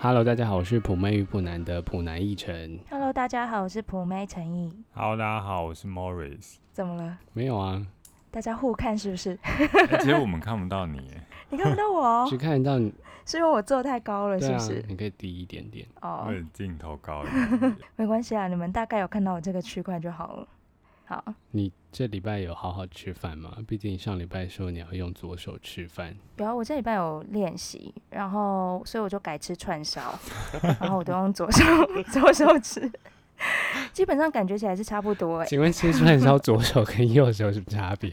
Hello，大家好，我是普妹与普男的普男一晨。 Hello，大家好，我是普妹陈毅。 Hello，大家好，我 是 Morris。怎么了？没有啊，大家互看是不 是？欸其实我们看不到你耶，你看不到我哦只，看得到你，是因为我坐太高了，对是不啊是，？你可以低一点点。哦我，的镜头高一点。没关系啊，你们大概有看到我这个区块就好了。好，你这礼拜有好好吃饭吗？毕竟上礼拜说你要用左手吃饭，然后我这礼拜有练习，然后所以我就改吃串烧， 然后我都用左手左手吃，基本上感觉起来是差不多哎、请问吃串烧左手跟右手有什么差别？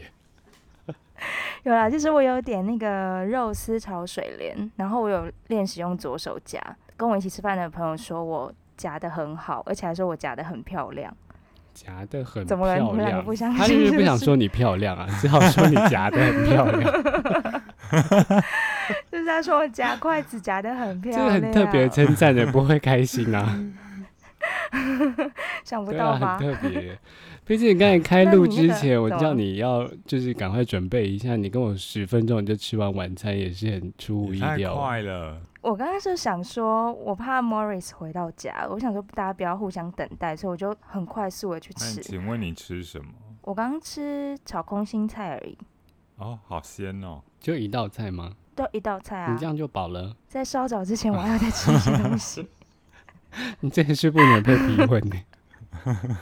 有啦，就是我有点那个肉丝炒水莲，然后我有练习用左手夹。跟我一起吃饭的朋友说我夹的很好，而且还说我夹的很漂亮。夹的很怎么了？你漂们两个亮，不相信？他就是是不想是说你漂亮啊，只好说你夹的很漂 亮，就是他说 我夹筷子夹的很漂这亮，个很特别的称赞人不会开心啊。想不对到啊，吧？很特别。毕竟你刚才开那录你那之个前，我怎叫么你要就是赶快准备一下，你跟我十分钟你就吃完晚餐，也是很出乎你意太料。快了，我刚刚就想说，我怕 Morris 回到家，我想说大家不要互相等待，所以我就很快速的去那你吃。请问你吃什么？我刚刚吃炒空心菜而已，哦，好鲜哦！就一道菜吗？就一道菜你啊这。样就饱了， 在烧早之前，我还要再吃一些东西，你这是不能被逼问的。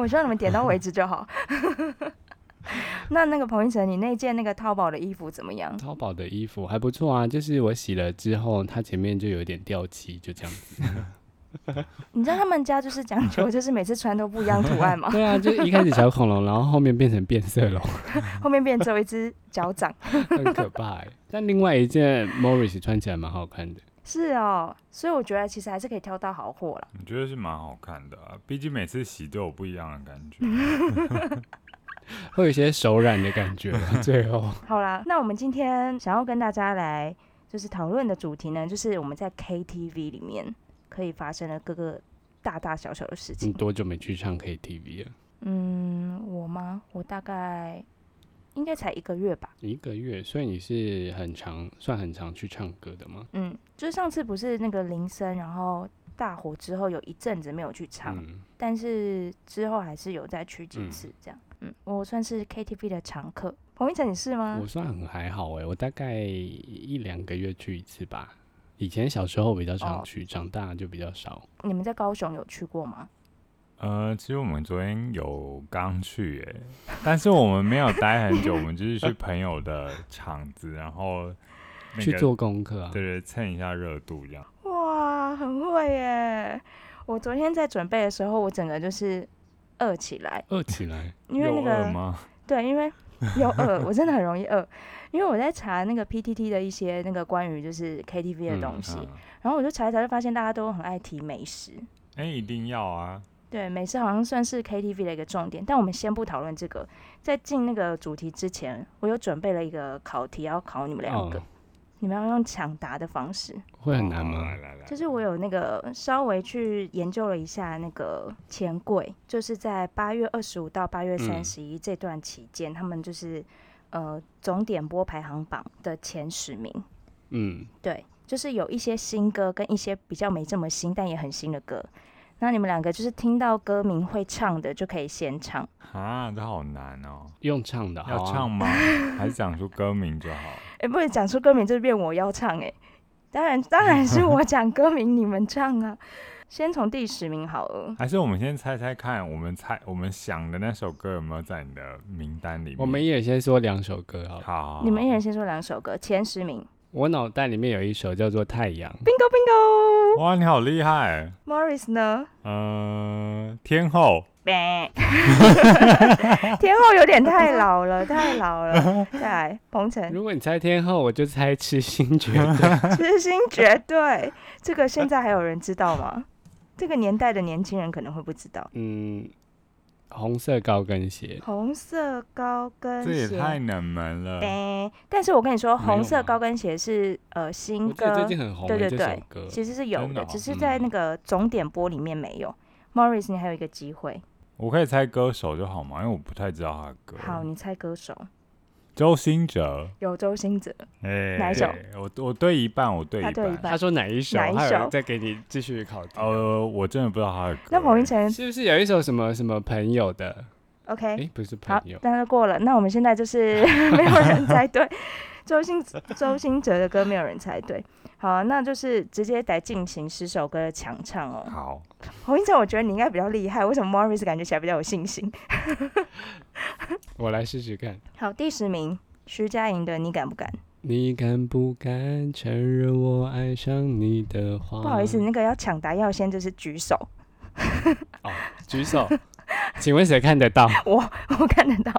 我希望你们点到为止就好。 那那个彭一成，你那件那个淘宝的衣服怎么样？淘宝的衣服还不错啊，就是我洗了之后，它前面就有点掉漆，就这样子。 你知道他们家就是讲究，就是每次穿都不一样图 案嘛，对啊，就一开始小恐龙，然后后面变成变色龙，后面变成只有一只脚掌。很可怕、欸。但另外一件 Morris 穿起来蛮好看的，是哦，所以我觉得其实还是可以挑到好货了。我觉得是蛮好看的、啊，毕竟每次洗都有不一样的感 觉。会有一些手染的感觉 吧。最后， 好啦，那我们今天想要跟大家来就是讨论的主题呢，就是我们在 KTV 里面可以发生的各个大大小小的事你情。多久没去唱 KTV 了？嗯，我吗？我大概应该才一个月吧。一个月，所以你是很常算很常去唱歌的吗？嗯，就是上次不是那个铃声，然后大火之后有一阵子没有去唱，嗯，但是之后还是有再去几嗯次这样。嗯，我算是 KTV 的常客。彭一晨，你是吗我？算很还好诶、我大概一两个月去一次吧。以前小时候比较常哦去，长大就比较少。你们在高雄有去过吗？呃，其实我们昨天有刚去耶，但是我们没有待很久，我们就是去朋友的场子，然后那去个做功课啊对，对蹭一下热度这样。哇，很会耶！我昨天在准备的时候，我整个就是饿起来，饿起来，因为那又饿个吗？对， 因为有饿，我真的很容易饿，因为我在查那个 PTT 的一些那个关于就是 KTV 的嗯东西，嗯，然后我就查一查，就发现大家都很爱提美食。哎、一定要啊！对，美食好像算是 KTV 的一个重点，但我们先不讨论这个。在进那个主题之前，我有准备了一个考题要考你们 两个，哦你们要用抢答的方式。会很难哦吗来？来来，就是我有那个稍微去研究了一下那个钱柜，就是在八月二十五到八月三十一这段期间，他们就是呃总点播排行榜的前十名。嗯，对，就是有一些新歌跟一些比较没这么新但也很新的歌。那你们两个就是听到歌名会唱的就可以先唱。啊，这好难哦。用唱的，要好啊唱吗？ 还是讲出歌名就好？哎、不能讲出歌名就变我要唱哎、当然当然是我讲歌名，你们唱啊。先从第十名好了。还是我们先猜猜看，我们猜我们想的那首歌有没有在你的名单里面？我们也先说两首歌好了。好，你们一人先说两首歌，前十名。我脑袋里面有一首叫做《太阳》， Bingo bingo。哇，你好厉害， Morris 呢？呃，天后， 天后有点太老了，太老了。再来，彭程，如果你猜天后，我就猜痴心 绝对。痴心绝对，这个现在还有人知道吗？这个年代的年轻人可能会不知道。嗯，红色高跟鞋，红色高跟这也太鞋。冷门了。呗但是我跟你说，没有红色吗高跟鞋是呃新我记得最歌，近很红对的对这对首歌。其实是有真的的，哦嗯只是在那个总点播里面没有。Morris，你还有一个机会。我可以猜歌手就好嘛，因为我不太知道他的歌。好，你猜歌手。周兴哲，有周兴哲，哎，哪一首我我对一半，我对他一对一半。半他。说哪一首？哪一还有首再给你继续考题。呃，我真的不知道他的歌。那彭昱晨是不是有一首什么什么朋友的？ ，OK，哎、不是朋好友，，但是过了。那我们现在就是 没有人猜 对，周星周星哲的歌没有人猜对。好，那就是直接来进行十首歌的强唱哦。好，洪英哲，我觉得你应该比较厉害，为什么 Morris 感觉起来比较有信心？我来试试看。好，第十名，徐佳莹的《你敢不敢》。嗯你敢不敢承认我爱上你的话？不好意思，那个要抢答要先就是举手， 哦，举手。请问谁看得到？我我看得到。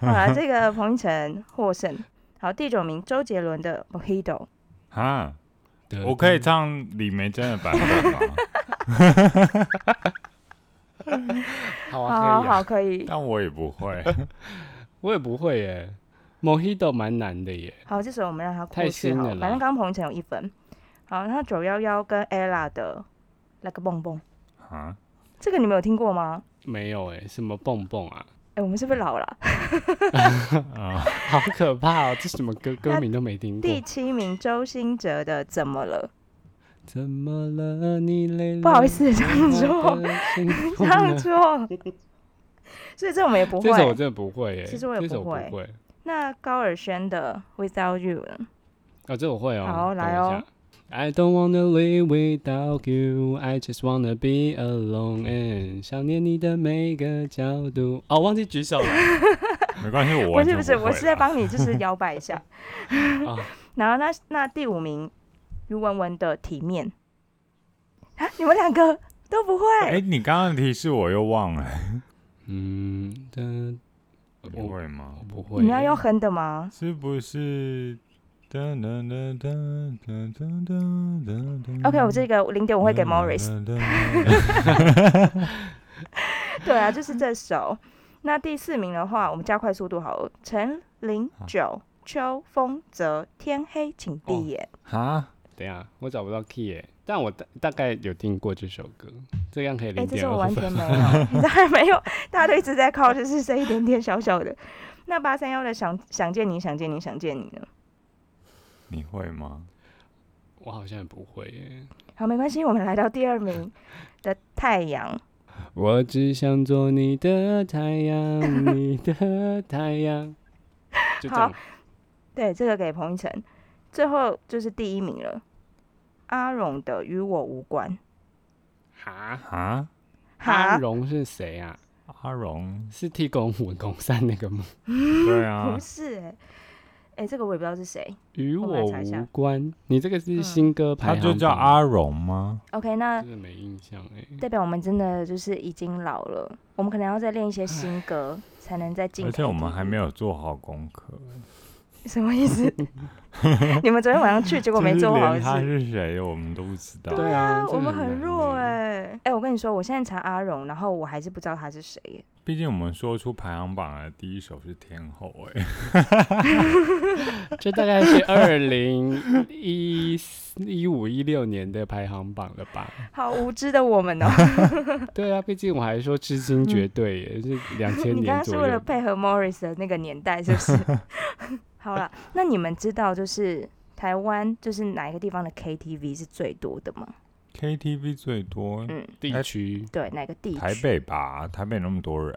好了，这个彭昱晨获胜。好，第九名，周杰伦的《Mojito》。哈，我可以唱李梅珍的版本 吗？好啊，可以、好啊。好，可以。但我也不会。我也不会耶，Mojito 蛮难的耶。好，这首我们让他过太去新好了了，反啦正刚刚彭昱晨有一分。好，那九幺幺跟 ella 的那个蹦蹦，啊，这个你们有听过吗？没有哎，什么蹦蹦啊，哎、我们是不是老了？啊，好可怕哦！这什么歌歌名都没听过嗯第。七名周兴哲的《怎么了怎么了？你累了？不好意嗯思唱 错错》，唱错， 所以这我们也不嗯这首我会。真的不会耶，其实我也这首不不会会。那高尔宣的《Without You》呢？哦，这我会哦。好等来一哦下。I don't wanna live without you, I just wanna be alone and 想念你的每个角度。哦，忘记举手了。 没关系，我不完是全不不是，会我是在啦帮 你就是摇摆一下。哦然后那那第五名于文文的《体面》啊，你们两个都不会。哎，你刚刚的提示我又忘了，嗯，但你我会我吗？不会。你们要用哼的吗？是不是？噔噔噔噔噔噔噔噔 OK，我这个零点我会嗯给 Morris。 Morris。嗯对啊，就是这首。那第四名的话，我们加快速度好了。陈零九、秋风泽，天黑请哦闭眼。哈，等一下，我找不到 key 耶，但我大大概有听过这首歌，这样可以哎、零这点首我二完分。全没有，你当然没有，大家都一直在靠，就是这一点点小小的。那八三幺的想想见你，想见你，想见你呢？你会吗？ 我好像也不会耶。好，没关系，我们来到第二名的太阳。我只想做你的太 阳，你的太阳。就这好样，对，这个给彭昱晨。最后就是第一名了，阿荣的与我无关。哈，哈，阿哈，荣是谁啊？阿荣，是替公文公散那个 吗？对啊不，是、欸，哎、这个我也不知道是谁。与我们我来查一下无关。你这个是新歌排他行榜，就叫阿荣吗？ OK，那真的没印象哎。代表我们真的就是已经老了，我们可能要再练一些新歌，才能再进。而且我们还没有做好功 课，什么意 思？你们昨天晚上去，结果没就是做好连他事。是谁我们都不知道。对啊，我们这很难弱耶哎、哎、我跟你说，我现在查阿荣，然后我还是不知道他是谁耶。毕竟我们说出排行榜的第一首是天后、哎，这大概是二零一一五一六年的排行榜了吧？好无知的我们哦、对啊，毕竟我还说知心绝对 也是两千你刚年刚是左为了右。配合 Morris 的那个年代，是不是？ 好了，那你们知道就是台湾就是哪一个地方的 KTV 是最多的吗？ KTV 最多，嗯，地区，对，哪个地台区？北吧，台北那么多人，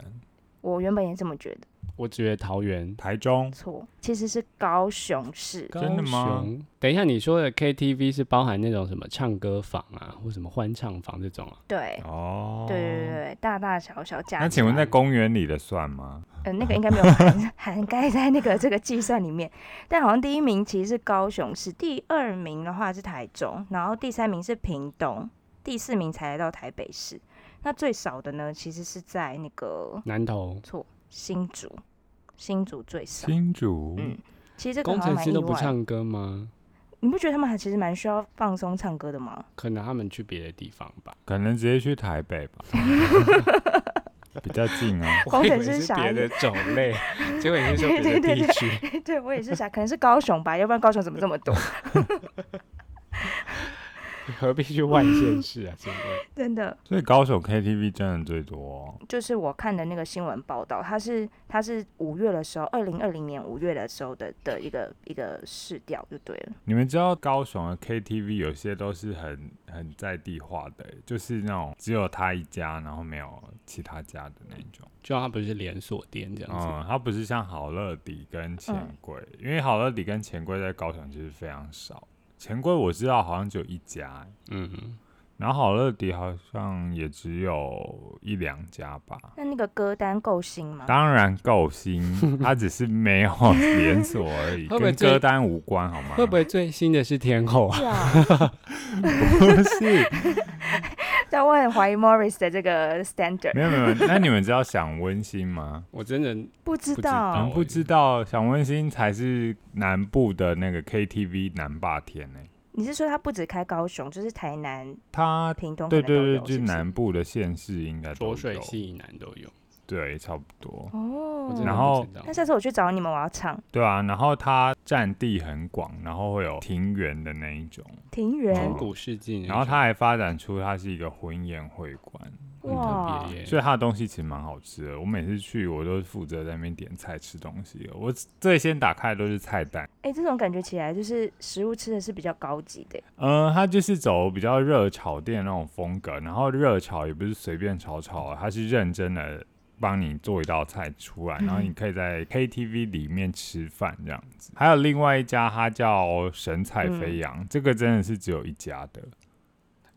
我原本也这么觉得，我觉得桃园、台中错，其实是高雄市。高真的吗雄。等一下，你说的 KTV 是包含那种什么唱歌房啊，或什么欢唱房这种啊？对，哦，对对对啊对，大大小小加起来，那请问在公园里的算吗？呃那个应该没有 涵涵盖在那个这个计算里面，但好像第一名其实是高雄市，第二名的话是台中，然后第三名是屏东，第四名才来到台北市。那最少的呢，其实是在那个南投错新竹，新竹最少。新竹，嗯，其实这个工好像程蛮师意都不外的，唱歌吗？你不觉得他们还其实蛮需要放松唱歌的吗？可能他们去别的地方吧。可能直接去台北 吧，比较近啊。我以工为程师是傻别的眼种 类，结果你是说别对的对地对区。 对我也是想，可能是高雄吧，要不然高雄怎么这么多？何必去外县市 啊？请问，真的所以高手 KTV 真的最多、哦就是我看的那个新闻报道，它是它是五月的时候，二零二零年五月的时候的的一个一个试调就对了。你们知道高雄的 KTV 有些都是很很在地化的、欸就是那种只有他一家，然后没有其他家的那种。就它不是连锁店这样子，嗯，它不是像好乐迪跟钱柜，嗯因为好乐迪跟钱柜在高雄其实非常少。钱柜我知道好像只有一家、欸嗯，然后好乐迪好像也只有一两家吧。那那个歌单够新吗？当然 够新，它只是没有连锁而已，会不会跟最歌单无关好吗？会不会最新的是天后啊？是啊，不是？但我很怀疑 Morris 的这个 standard，没有没有，那你们知道想温馨吗？ 我真的不知不知道我道哦们不知道，想温馨才是南部的那个 KTV 南霸天欸呢、你是说他不止开高雄，就是台南、它屏东可对能都对有，对，就是不是南部的县市应该都浊水有，系以南都有，对，差不多。我真哦。的然后不知道那下次我去找你们，我要唱对啊，然后它占地很广，然后会有庭园的那一种，庭从园哦古世纪那种，然后它还发展出它是一个婚宴会馆，很哇特别所耶，以它的东西其实蛮好吃的。我每次去，我都是负责在那边点菜吃东西的。我最先打开的都是菜单，哎、这种感觉起来就是食物吃的是比较高级的，嗯、它就是走比较热炒店那种风格，然后热炒也不是随便炒炒，它是认真的帮你做一道菜出来，然后你可以在 KTV 里面吃饭这样子。还有另外一家，它叫神采飞扬，这个真的是只有一家的。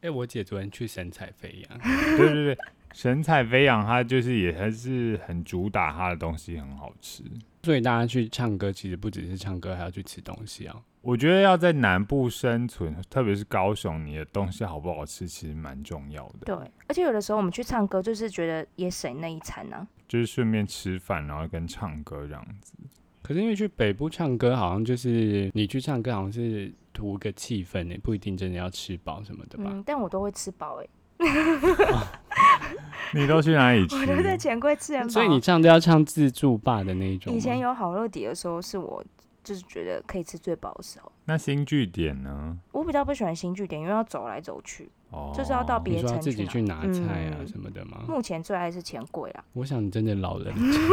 哎，我姐昨天去神采飞扬， 对对对，神采飞扬它就是也还是很主打它的东西很好吃。所以大家去唱歌其实不只是唱歌，还要去吃东西啊。我觉得要在南部生存，特别是高雄，你的东西好不好吃其实蛮重要的。对，。而且有的时候我们去唱歌，就是觉得也省那一餐啊呢、就是顺便吃饭，然后跟唱歌这样子。可是因为去北部唱歌，好像就是你去唱歌，好像是图个气氛呢，不一定真的要吃饱什么的吧？嗯，但我都会吃饱哎、你都去哪里吃？ 我都在钱柜吃人饱。啊所以你唱都要唱自助吧的那一种吗。以前有好乐迪的时候，是我就是觉得可以吃最饱的时候。那新据点呢？我比较不喜欢新据点，因为要走来走去。哦，就是要到别你说要城自己去去拿拿菜啊嗯什么的吗？目前最爱是钱柜啊啦，我想你真的老人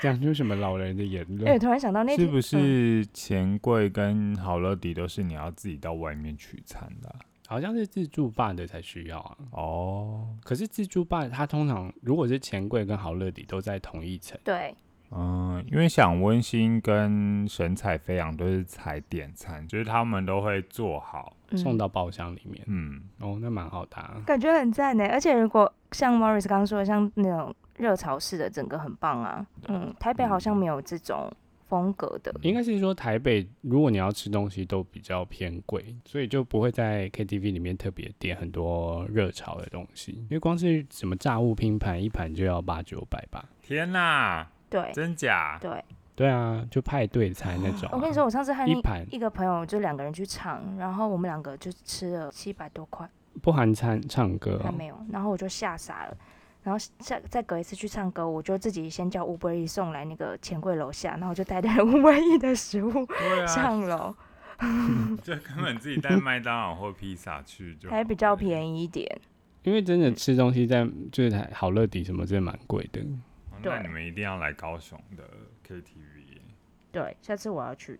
讲出什么老人的言哎、论？突然想到那是天不嗯是钱柜跟好乐迪都是你要自己到外面取餐的啊、好像是自助吧的才需要啊。哦，可是自助吧它通常如果是钱柜跟好乐迪都在同一层，对，嗯，因为想温馨跟神采飞扬都是踩点餐，就是他们都会做好。嗯送到包厢里面。嗯，哦，那蛮好的、啊。感觉很赞呢。欸而且如果像 Morris 刚刚说的，像那种热潮式的，整个很棒啊。嗯，台北好像没有这种风格的。应该是说台北，如果你要吃东西都比较偏贵，所以就不会在 KTV 里面特别点很多热炒的东西，因为光是什么炸物拼盘一盘就要八九百吧。天哪，对真假？对，对啊，就派对餐那种啊、哦我跟你说，我上次和一一盘一个朋友就两个人去唱，然后我们两个就吃了七百多块，不含餐唱歌哦、嗯还没有，然后我就吓傻了。然后再再隔一次去唱歌，我就自己先叫 Uber E 送来那个钱柜楼下，然后我就带着 Uber E 的食物对啊，上楼，就根本自己带麦当劳或披萨去就还比较宜。便宜一点。因为真的吃东西在就是台好乐迪什么真的蛮贵的。哦那对你们一定要来高雄的 KTV。对，下次我要去。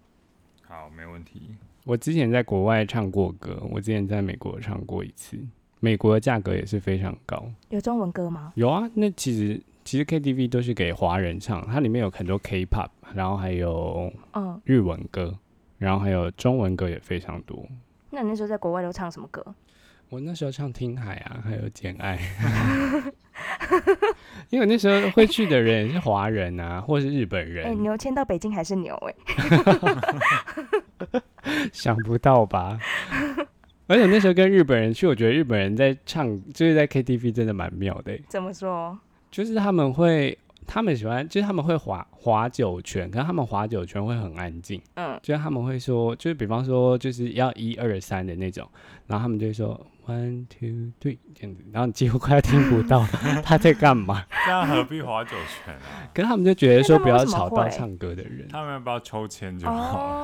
好，没问题。 我之前在国外唱过歌，我之前在美国唱过一次，美国的价格也是非常高。有中文歌吗？有啊，那其实其实 KTV 都是给华人唱，它里面有很多 K-pop，然后还有嗯，日文歌，然后还有中文歌也非常多。那你那时候在国外都唱什么歌？我那时候唱《听海》啊，还有《简爱》，因为那时候会去的人也是华人啊，或是日本哎、人。牛迁到北京还是牛哎、想不到吧？ 而且那时候跟日本人去，我觉得日本人在唱，就是在 KTV 真的蛮妙的欸，怎么说？就是他们会，他们喜欢，就是他们会划划九圈，可是他们划九圈会很安静，嗯，就是他们会说，就是比方说就是要一二三的那种，然后他们就会说 one two three 这样子，然后你几乎快要听不 到他在干嘛，这样何必划九泉啊？可是他们就觉得说不要吵哎那他们到为什么会唱歌的人，他们要不要抽签就好了？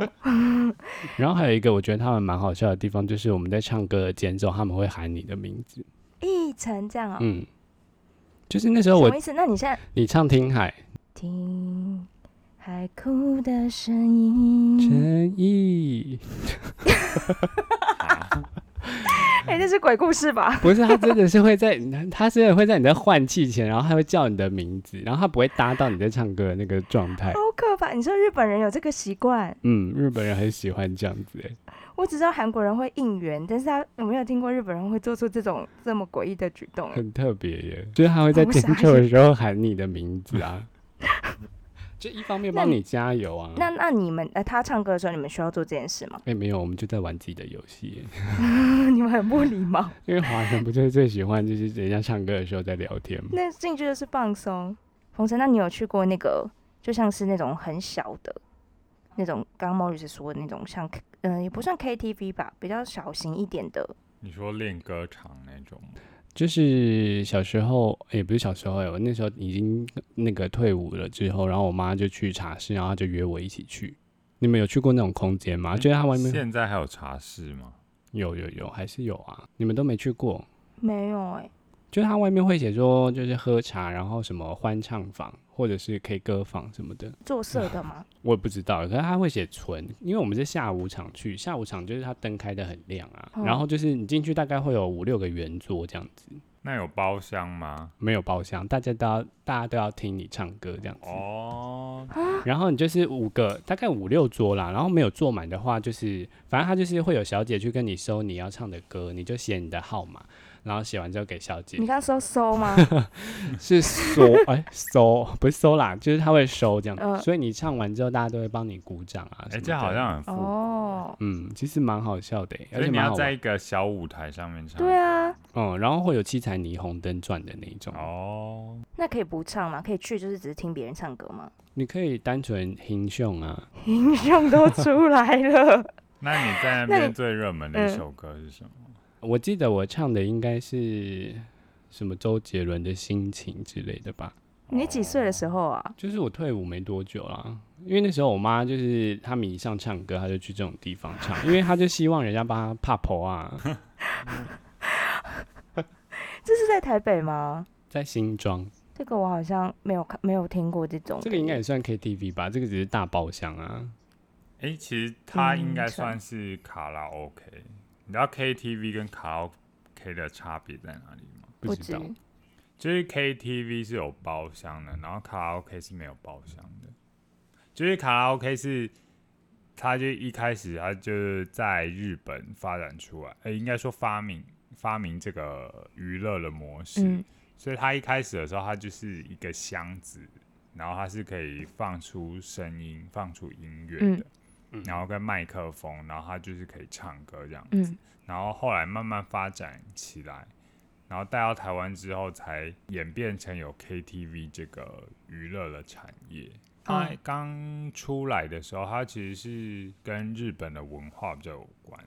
哦，哦， 然后还有一个我觉得他们蛮好笑的地方，就是我们在唱歌的间奏，他们会喊你的名字。一层这样哦，嗯，就是那时什候我么意思？那你现在你唱《听海听海哭的声》，音，陈毅哎、这是鬼故事吧？不是他真的是会在 他真的会在你在换气前，然后他会叫你的名字，然后他不会搭到你在唱歌的那个状态好。可怕！你说日本人有这个习惯，嗯，日本人很喜欢这样子、欸，我只知道韩国人会应援，但是他我没有听过日本人会做出这种这么诡异的举动。很特别耶，就是他会在好点傻球的时候喊你的名字 啊，就一方面帮那你加油啊。那那你们呃，他唱歌的时候，你们需要做这件事吗？哎、没有，我们就在玩自己的游戏耶， 你们很不礼貌。因为华人不就是最喜欢就是人家唱歌的时候在聊天吗？ 那进去就是放松。冯晨，那你有去过那个，就像是那种很小的，那种刚刚 Morris 说的那种像，嗯、也不算 KTV 吧，比较小型一点的。你说练歌场那种吗，就是小时候，也、不是小时候、欸，我那时候已经那个退伍了之后，然后我妈就去茶室，然后她就约我一起去。你们有去过那种空间吗？就是它外面现在还有茶室吗？有有有，还是有啊？你们都没去过？没有哎、就是它外面会写说，就是喝茶，然后什么欢唱房，或者是 K 歌房什么的，做色的吗？我也不知道。可是它会写纯，因为我们是下午场去，下午场就是它灯开的很亮啊，嗯然后就是你进去大概会有五六个圆桌这样子，那有包厢吗？没有包厢，大家都要大家都要听你唱歌这样子。哦，然后你就是五个，大概五六桌啦，然后没有坐满的话，就是反正他就是会有小姐去跟你收你要唱的歌，你就写你的号码，然后写完之后给小姐你，刚刚说收 吗？是收哎收不是收啦，就是他会收这样，嗯所以你唱完之后大家都会帮你鼓掌啊。哎、什么这好的像很复古，哦，嗯，其实蛮好笑的欸，而所以且你蛮要好在玩一个小舞台上面唱。对啊，嗯，然后会有七彩霓虹灯转的那一种。哦，那可以不唱吗？可以去，就是只是听别人唱歌吗？ 你可以单纯英雄啊，英雄都出来了， 那你在那那边你最热门的一嗯首歌是什么？我记得我唱的应该是什么周杰伦的心情之类的吧。你几岁的时候啊？就是我退伍没多久啦，因为那时候我妈就是她迷上唱歌，她就去这种地方唱，因为她就希望人家帮她怕婆啊，这是在台北吗？在新庄，这个我好像没有看，没有听过这种。这个应该也算 KTV 吧，这个只是大包厢啊，哎、其实它应该嗯唱算是卡拉 OK。你知道 KTV 跟卡拉 OK 的差别在哪里吗？不知知道，就是 KTV 是有包厢的，然后卡拉 OK 是没有包厢的。就是卡拉 OK 是，它就一开始它就是在日本发展出来，哎、应该说发明发明这个娱乐的模式。嗯，所以它一开始的时候，它就是一个箱子，然后它是可以放出声音、放出音乐的，嗯然后跟麦克风，然后它就是可以唱歌这样。嗯，然后后来慢慢发展起来，然后带到台湾之后，才演变成有 KTV 这个娱乐的产业。它嗯刚出来的时候，它其实是跟日本的文化比较有关，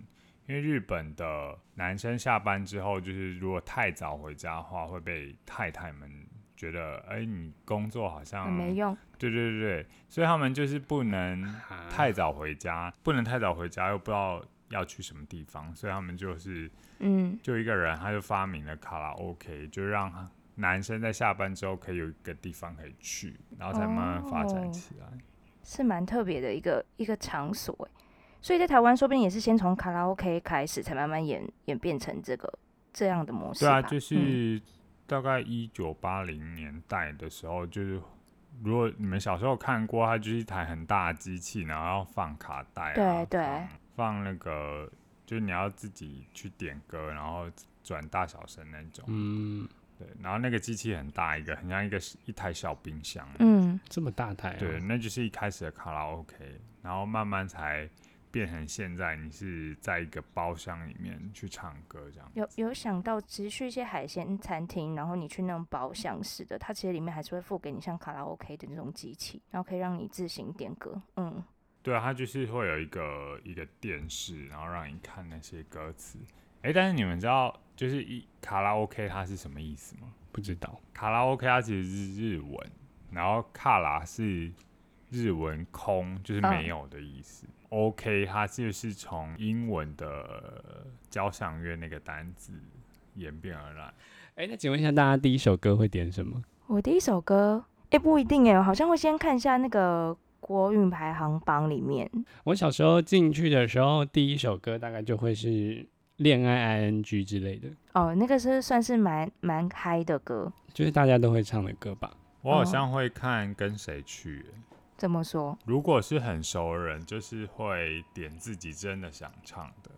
因为日本的男生下班之后，就是如果太早回家的话，会被太太们觉得，哎、你工作好像啊很没用。对对对对，所以他们就是不能啊太早回家，不能太早回家，又不知道要去什么地方，所以他们就是嗯，就一个人，他就发明了卡拉 OK，就让男生在下班之后可以有一个地方可以去，然后才慢慢发展哦起来。是蛮特别的一个一个场所欸所以在台湾说不定也是先从卡拉 OK 开始，才慢慢演演变成这个这样的模式对吧。嗯啊，就是大概一九八零年代的时候，就是如果你们小时候看过，它就是一台很大的机器，然后放卡带、啊，对对放，放那个就是你要自己去点歌，然后转大小声那种。嗯，对，然后那个机器很大一个，很像一个一台小冰箱。嗯，这么大台、啊，对，，那就是一开始的卡拉 OK，然后慢慢才变成现在你是在一个包厢里面去唱歌这样。有有想到，其实去一些海鲜餐厅，然后你去那种包厢式的，它其实里面还是会付给你像卡拉 OK 的那种机器，然后可以让你自行点歌。嗯，对啊，它就是会有一个一个电视，然后让你看那些歌词。哎，但是你们知道，就是一卡拉 OK 它是什么意思吗？不知道，卡拉 OK 它其实是日文，然后卡拉是日文“空”就是没有的意思。OK，它就是从英文的交响乐那个单字演变而来。哎、那请问一下大家第一首歌会点什么？我第一首歌，哎、不一定哎、我好像会先看一下那个国语排行榜里面，我小时候进去的时候，第一首歌大概就会是《恋爱 ING》之类的，哦，那个是算是蛮蛮嗨的歌。就是大家都会唱的歌吧。我好像会看跟谁去、欸这么说，如果是很熟的人，就是会点自己真的想唱的；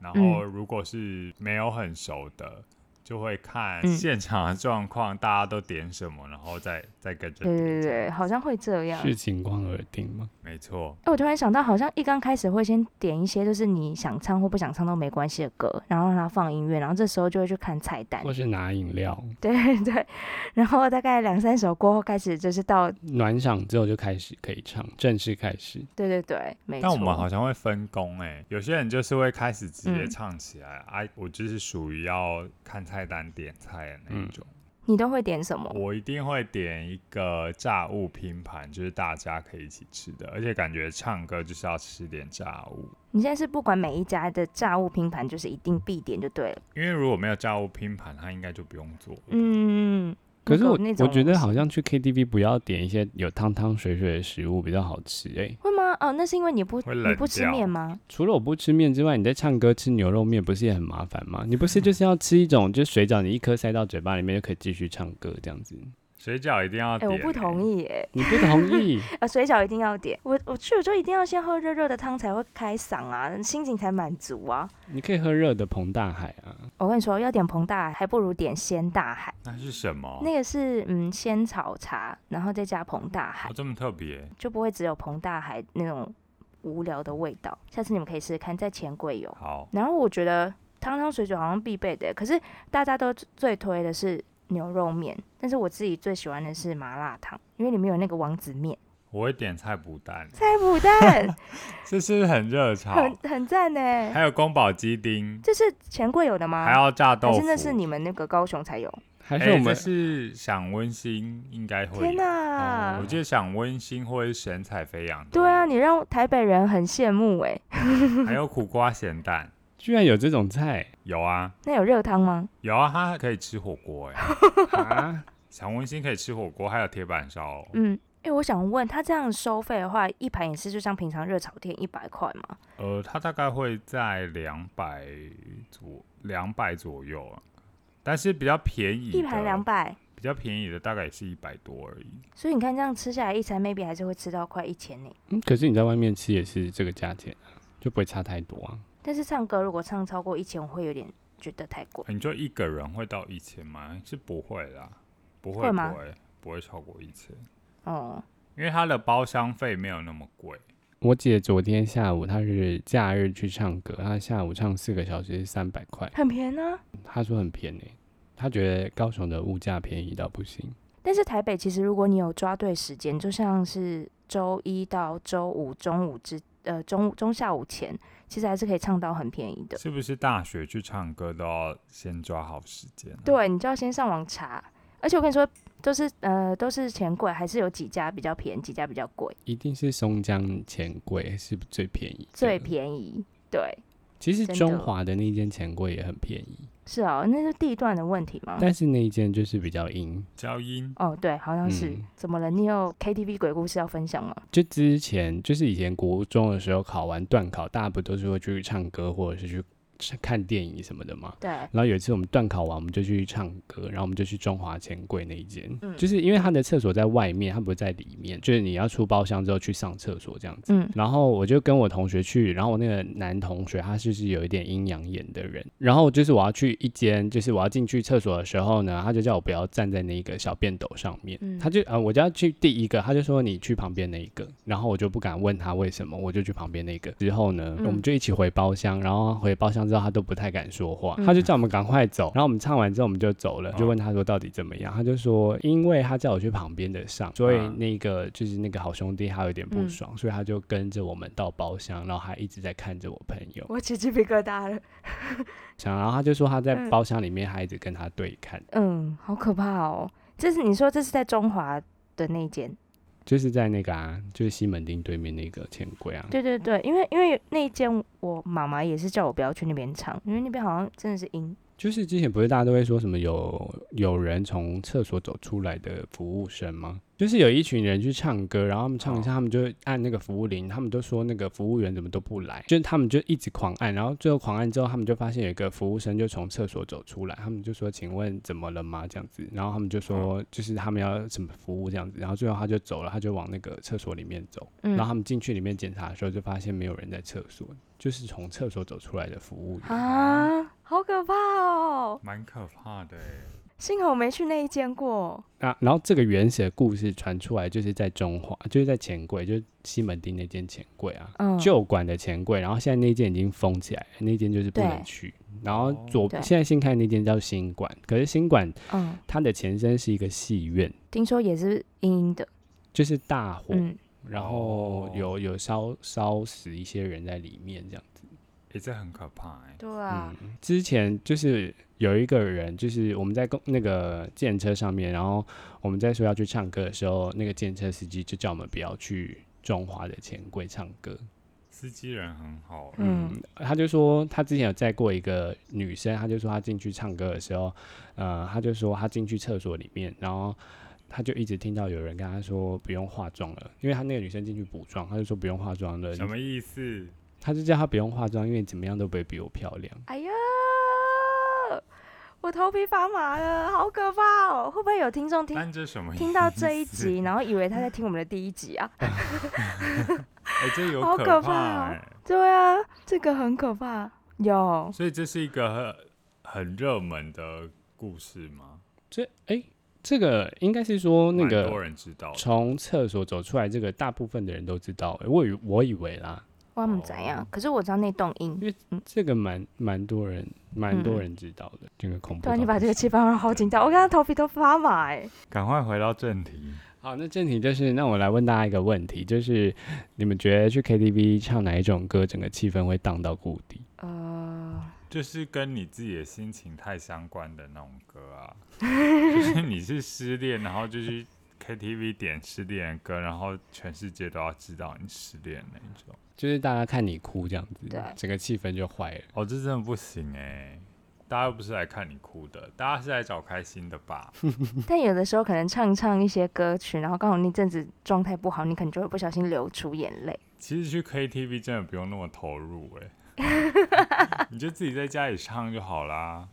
然后嗯如果是没有很熟的，就会看嗯现场的状况，大家都点什么，然后再再跟着对对点。对，好像会这样。视情况而定吗？没错，哎、我突然想到，好像一刚开始会先点一些就是你想唱或不想唱都没关系的歌，然后让它放音乐，然后这时候就会去看菜单或。是拿饮料 对对，然后大概两三首过后开始就是到，暖场之后就开始可以唱，正式开始。对对对，没错。但我们好像会分工哎、欸，有些人就是会开始直接嗯唱起来，哎、我就是属于要看菜单点菜的那一嗯种。你都会点什么？我一定会点一个炸物拼盘，就是大家可以一起吃的，而且感觉唱歌就是要吃点炸物。你现在是不管每一家的炸物拼盘，就是一定必点就对了。因为如果没有炸物拼盘，它应该就不用做了。嗯，可是如我果那种我觉得好像去 KTV 不要点一些有汤汤水水的食物比较好吃诶、会吗？哦，那是因为你不会你冷不吃掉面吗？除了我不吃面之外，你在唱歌吃牛肉面不是也很麻烦吗？你不是就是要吃一种就是水饺，你一颗塞到嘴巴里面就可以继续唱歌这样子？水饺一定要哎、点、欸我不同意意。耶、你不同 意？呃，水饺一定要点。我我去我就一定要先喝热热的汤才会开嗓啊，心情才满足啊。你可以喝热的彭大海啊，我跟你说，要点膨大海，还不如点鲜大海。那是什么？那个是嗯，仙草茶，然后再加膨大海哦、，这么特别，就不会只有膨大海那种无聊的味道。下次你们可以试试看，在钱柜有。好，然后我觉得汤汤水水好像必备的，欸可是大家都最推的是牛肉面，但是我自己最喜欢的是麻辣烫，因为里面有那个王子面、我会点菜脯蛋，菜脯 蛋，这是不是很热很炒，很赞呢。还有宫保鸡丁，这是钱柜有的吗？还要炸豆还腐。是那是你们那个高雄才有？还哎，是我这们、是想温馨应该会有。哦天哪！我记得想温馨或者是神采飞扬。对啊，，你让台北人很羡慕哎、还有苦瓜咸蛋，居然有这种菜有啊那有热汤吗？有啊，它可以吃火锅哎、啊？想温馨可以吃火锅，还有铁板烧哦、嗯，哎、我想问，他这样收费的话，一盘也是就像平常热炒店一百块吗？呃，它大概会在两百左两百左右啊，但是比较便宜的，一盘两百，比较便宜的大概也是一百多而已。所以你看这样吃下来一餐，maybe 还是会吃到快一千呢。嗯，可是你在外面吃也是这个价钱啊，就不会差太多啊。但是唱歌如果唱超过一千，我会有点觉得太贵。你就一个人会到一千吗？是不会啦，不会会吗不会不会超过一千，哦、因为它的包厢费没有那么贵。我姐昨天下午她是假日去唱歌，她下午唱四个小时三百块，很便宜啊。她说很便宜，她觉得高雄的物价便宜到不行。但是台北其实如果你有抓对时间，就像是周一到周五中午之呃中午中下午前，其实还是可以唱到很便宜的。是啊不是大学去唱歌都要先抓好时间、啊？，对，你就要先上网查。而且我跟你说，都是呃都是钱柜，还是有几家比较便宜，几家比较贵，一定是松江钱柜是最便宜的，最便宜。对，其实真的中华的那间钱柜也很便宜，是哦，那是地段的问题吗？但是那一间就是比较阴。交音哦，对，好像是。嗯怎么了？你有 KTV 鬼故事要分享吗？就之前就是以前国中的时候考完段考，大家不都是会去唱歌或者是去去看电影什么的吗？对，然后有一次我们段考完，我们就去唱歌，然后我们就去中华钱柜那一间，嗯就是因为他的厕所在外面，他不是在里面，就是你要出包厢之后去上厕所这样子。嗯，然后我就跟我同学去，然后我那个男同学他就是有一点阴阳眼的人，然后就是我要去一间，就是我要进去厕所的时候呢，他就叫我不要站在那个小便斗上面，嗯他就呃我就要去第一个，他就说你去旁边那一个，然后我就不敢问他为什么，我就去旁边那个。之后呢，嗯我们就一起回包厢，然后回包厢之后他都不太敢说话，嗯哦他就叫我们赶快走，然后我们唱完之后我们就走了，嗯就问他说到底怎么样，他就说因为他叫我去旁边的上，所以嗯那个就是那个好兄弟他有点不啊嗯爽，所以他就跟着我们到包厢，然后还一直在看着我朋友，我起鸡皮疙瘩了。想然后他就说他在嗯包厢里面还一直跟他对看，嗯，好可怕哦。这是你说这是在中华的那间，就是在那个啊，就是西门町对面那个钱柜啊。对对对，因为因为那一间我妈妈也是叫我不要去那边唱，因为那边好像真的是阴。就是之前不是大家都会说什么有有人从厕所走出来的服务生吗？就是有一群人去唱歌，然后他们唱一下，他们就按那个服务铃，他们都说那个服务员怎么都不来，就是他们就一直狂按，然后最后狂按之后，他们就发现有一个服务生就从厕所走出来，他们就说请问怎么了吗？这样子，然后他们就说就是他们要什么服务这样子，然后最后他就走了，他就往那个厕所里面走，嗯然后他们进去里面检查的时候就发现没有人在厕所，就是从厕所走出来的服务员。啊，好可怕哦！蛮可怕的欸。幸好我没去那一间过。啊，然后这个原始的故事传出来，就是在中华，就是在钱柜，就是西门町那间钱柜啊，嗯，旧馆的钱柜。然后现在那间已经封起来了，那间就是不能对哦去。然后左对现在新开的那间叫新馆，可是新馆嗯，它的前身是一个戏院，听说也是阴阴的。就是大火，嗯，然后哦有有烧烧死一些人在里面这样子。诶、这很可怕哎、对啊嗯，之前就是有一个人，就是我们在公那个电车上面，然后我们在说要去唱歌的时候，那个电车司机就叫我们不要去中华的钱柜唱歌。司机人很好欸、嗯他就说他之前有载过一个女生，他就说他进去唱歌的时候，呃，他就说他进去厕所里面，然后。他就一直听到有人跟他说不用化妆了，因为他那个女生进去补妆，他就说不用化妆了，什么意思？他就叫他不用化妆，因为你怎么样都不会比我漂亮。哎呀，我头皮发麻了，好可怕哦！会不会有听众听但这什么意思？听到这一集，然后以为他在听我们的第一集啊？哎、这有好可可怕怕哦哎、对啊，这个很可怕。有，所以这是一个很很热门的故事吗？这哎、这个应该是说那蛮多个人知道的。从厕所走出来，这个大部分的人都知道、诶我以我以为啦，我们怎样？可是我知道那栋阴因。为这个蛮蛮多人蛮多嗯人知道的，这个恐怖突到不行。然就把这个气氛让好紧张，我刚刚头皮都发麻哎、赶快回到正题。好，那正题就是，那我来问大家一个问题，就是你们觉得去 KTV 唱哪一种歌，整个气氛会荡到谷底？呃，就是跟你自己的心情太相关的那种歌啊，就是你是失恋，然后就去 KTV 点失恋的歌，然后全世界都要知道你失恋那一种。就是大家看你哭这样子对，整个气氛就坏了。 哦，这真的不行哎、大家又不是来看你哭的，大家是来找开心的吧？但有的时候可能唱唱一些歌曲，然后刚好那阵子状态不好，你可能就会不小心流出眼泪。其实去 KTV 真的不用那么投入哎、你就自己在家里唱就好啦。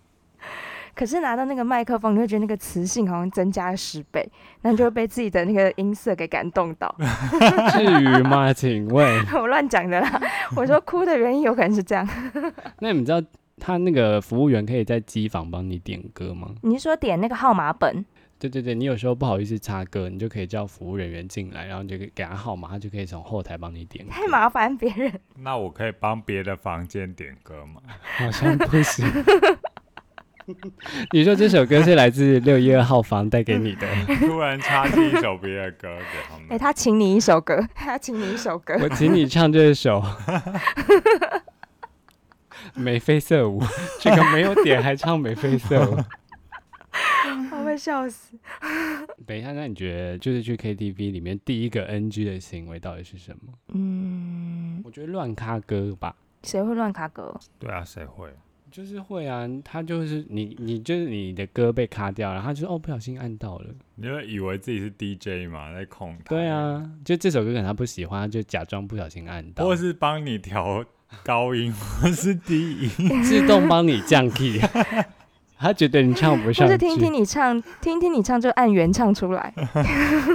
可是拿到那个麦克风，你会觉得那个磁性好像增加了十倍，那你就会被自己的那个音色给感动到。至于吗？请问， 我乱讲的啦，我说哭的原因有可能是这样。那你们知道他那个服务员可以在机房帮你点歌吗？你是说点那个号码本？对对对，你有时候不好意思插歌，你就可以叫服务人员进来，然后你就给给他号码，他就可以从后台帮你点歌。太麻烦别 人。那我可以帮别的房间点歌吗？ 好像不行。 你说这首歌是来自六一二号房带给你的？ 突然插进一首别的歌给他们 哎、。他请你一首歌，他请你一首歌。我请你唱这首《眉飞色舞》，这个没有点还唱《眉飞色舞》。 我会笑死。等一下，那你觉得就是去 KTV 里面第一个 NG 的行为到底是什么？嗯，我觉得乱咖歌吧。谁会乱卡歌？对啊，谁会？就是会啊，他就是你，你就是你的歌被卡掉，然后他就是哦不小心按到了，你会以为自己是 DJ 嘛，在控台？对，啊，就这首歌可能他不喜欢，他就假装不小心按到，哎或是帮你调高音，或是低 音。自动帮你降 key，他觉得你唱不或上是去，听听你唱，听听你唱就按原唱出 来。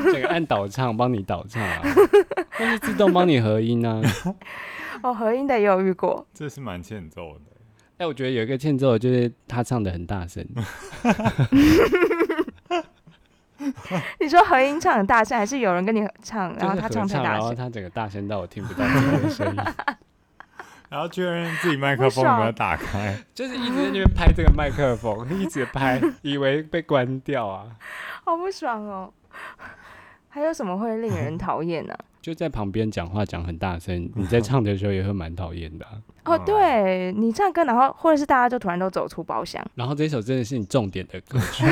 整个按倒唱帮你倒唱啊，或是自动帮你合音啊。哦，合音的也有遇过，这是蛮欠揍的。哎、我觉得有一个欠揍的就是他唱的很大声，你说合音唱很大声，还是有人跟你唱，然就是后啊他合唱太大然后声？他整个大声到我听不 到自己的声音，然后确认自己麦克风有没有打开，就是一直在那边拍这个麦克风，一直拍，以为被关掉啊。好不爽哦。还有什么会令人讨厌呢、就在旁边讲话讲很大声，你在唱的时候也会蛮讨厌的啊、 哦，嗯对你唱歌，然后或者是大家就突然都走出包厢，然后这首真的是你重点的歌曲，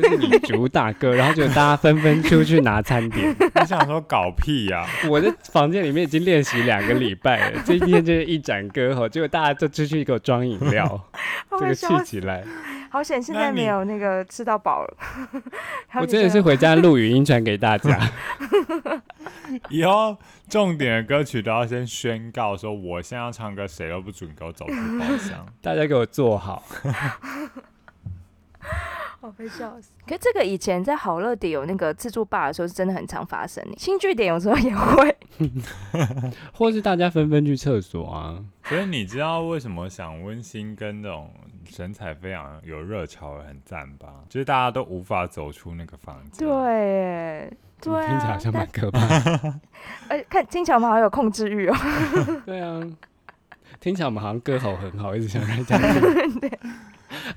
就是你主打歌，然后就大家纷纷出去拿餐点。 你想说搞屁啊呀、我的房间里面已经练习两个礼拜了，今天就是一盏歌吼，结果大家都出去给我装饮料， 好这个气笑死，起来。好险现那在没你有那个吃到饱了，我好险真的现在是回家录语音传给大家。以后重点的歌曲都要先宣告说，我现在要唱歌，谁都不准给我走出包厢。 大家给我坐好，我被笑死。可是这个以前在好乐迪有那个自助吧的时候，是真的很常发生。欸新据点有时候也会，或是大家纷纷去厕所啊。所以你知道为什么想温馨跟那种神采飞扬、有热潮很赞吧？就是大家都无法走出那个房间。对耶， 对啊，听起来好像蛮但可怕。哎、看听起来我们好有控制欲哦。 对啊，听起来我们好像歌喉很好，一直想让人家听。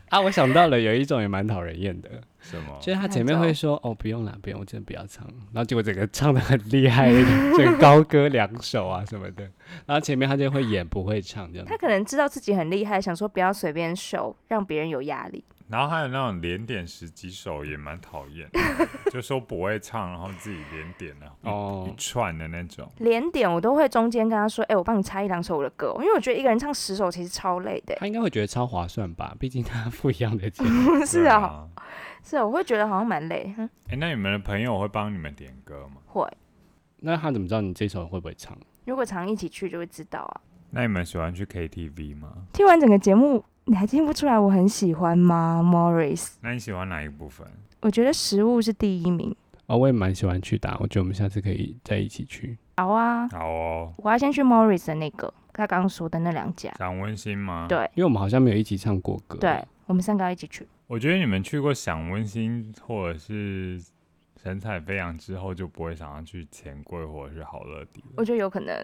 啊，我想到了，有一种也蛮讨人厌的，什么？就是他前面会说哦不用啦，不用，我真的不要唱，然后结果整个唱的 很厉害，整个高歌两首啊什么的，然后前面他就会演不会唱这样子他。可能知道自己很厉害，想说不要随便秀，让别人有压力。然后还有那种连点十几首也蛮讨厌的， 就说不会唱，然后自己连点然后哦一，串的那种。连点我都会中间跟他说，哎、我帮你插一两首我的歌，哦因为我觉得一个人唱十首其实超累的。欸他应该会觉得超划算吧，毕竟他付一样的钱。 是对啊，啊。是啊，我会觉得好像蛮累。哼哎、那你们的朋友会帮你们点歌吗？会，那他怎么知道你这首会不会唱？如果常一起去就会知道啊。那你们喜欢去 KTV 吗？听完整个节目，你还听不出来我很喜欢吗，Morris？那你喜欢哪一部分？我觉得食物是第一名。哦，我也蛮喜欢去打，我觉得我们下次可以再一起去。好啊，好哦，我要先去 Morris 的那个，他刚刚说的那两家。想温馨吗？对因为我们好像没有一起唱过歌。对，，我们三个要一起去。我觉得你们去过想温馨或者是神采飞扬之后，就不会想要去钱柜或者是好乐迪了。我觉得有可能。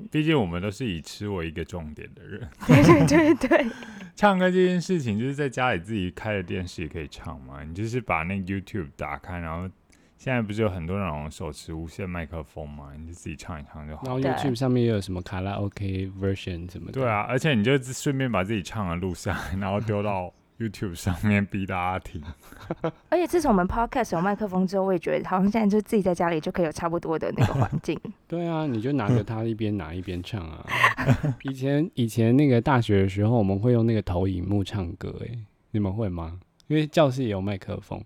毕竟我们都是以吃为一个重点的人， 对对对对，唱歌这件事情，就是在家里自己开着电视也可以唱嘛。你就是把那个 YouTube 打开，然后现在不是有很多那种手持无线麦克风嘛，你就自己唱一唱就好然后哦对 YouTube 上面也有什么卡拉 OK version 什么的。对，啊，而且你就顺便把自己唱的录下来，然后丢到 YouTube 上面逼大家听。而且自从我们 podcast 有麦克风之后，我也觉得好像现在就自己在家里就可以有差不多的那个环境。对啊，你就拿着它一边拿一边唱 啊。以前以前那个大学的时候，我们会用那个投影幕唱歌、欸，你们会吗？因为教室也有麦克风，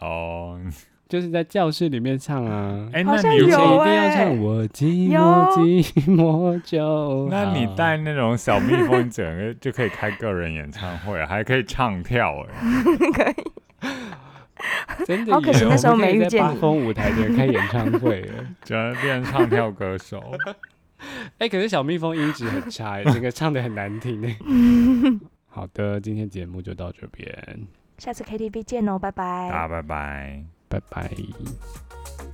哦，就是在教室里面唱啊。哎、好那像你以前一定有要欸唱我寂有寞寂寞啊就好。那你带那种小蜜蜂，整个就可以开个人演唱会，还可以唱跳哎、可以，真的好可惜耶那时候我们可以没遇在见八你峰舞台的人开演唱会了。主要变唱跳歌手。哎、可是小蜜蜂音质很差欸耶，整个唱的很难听耶。好的，今天节目就到这边，下次 KTV 见哦，拜拜。大家拜拜。拜拜。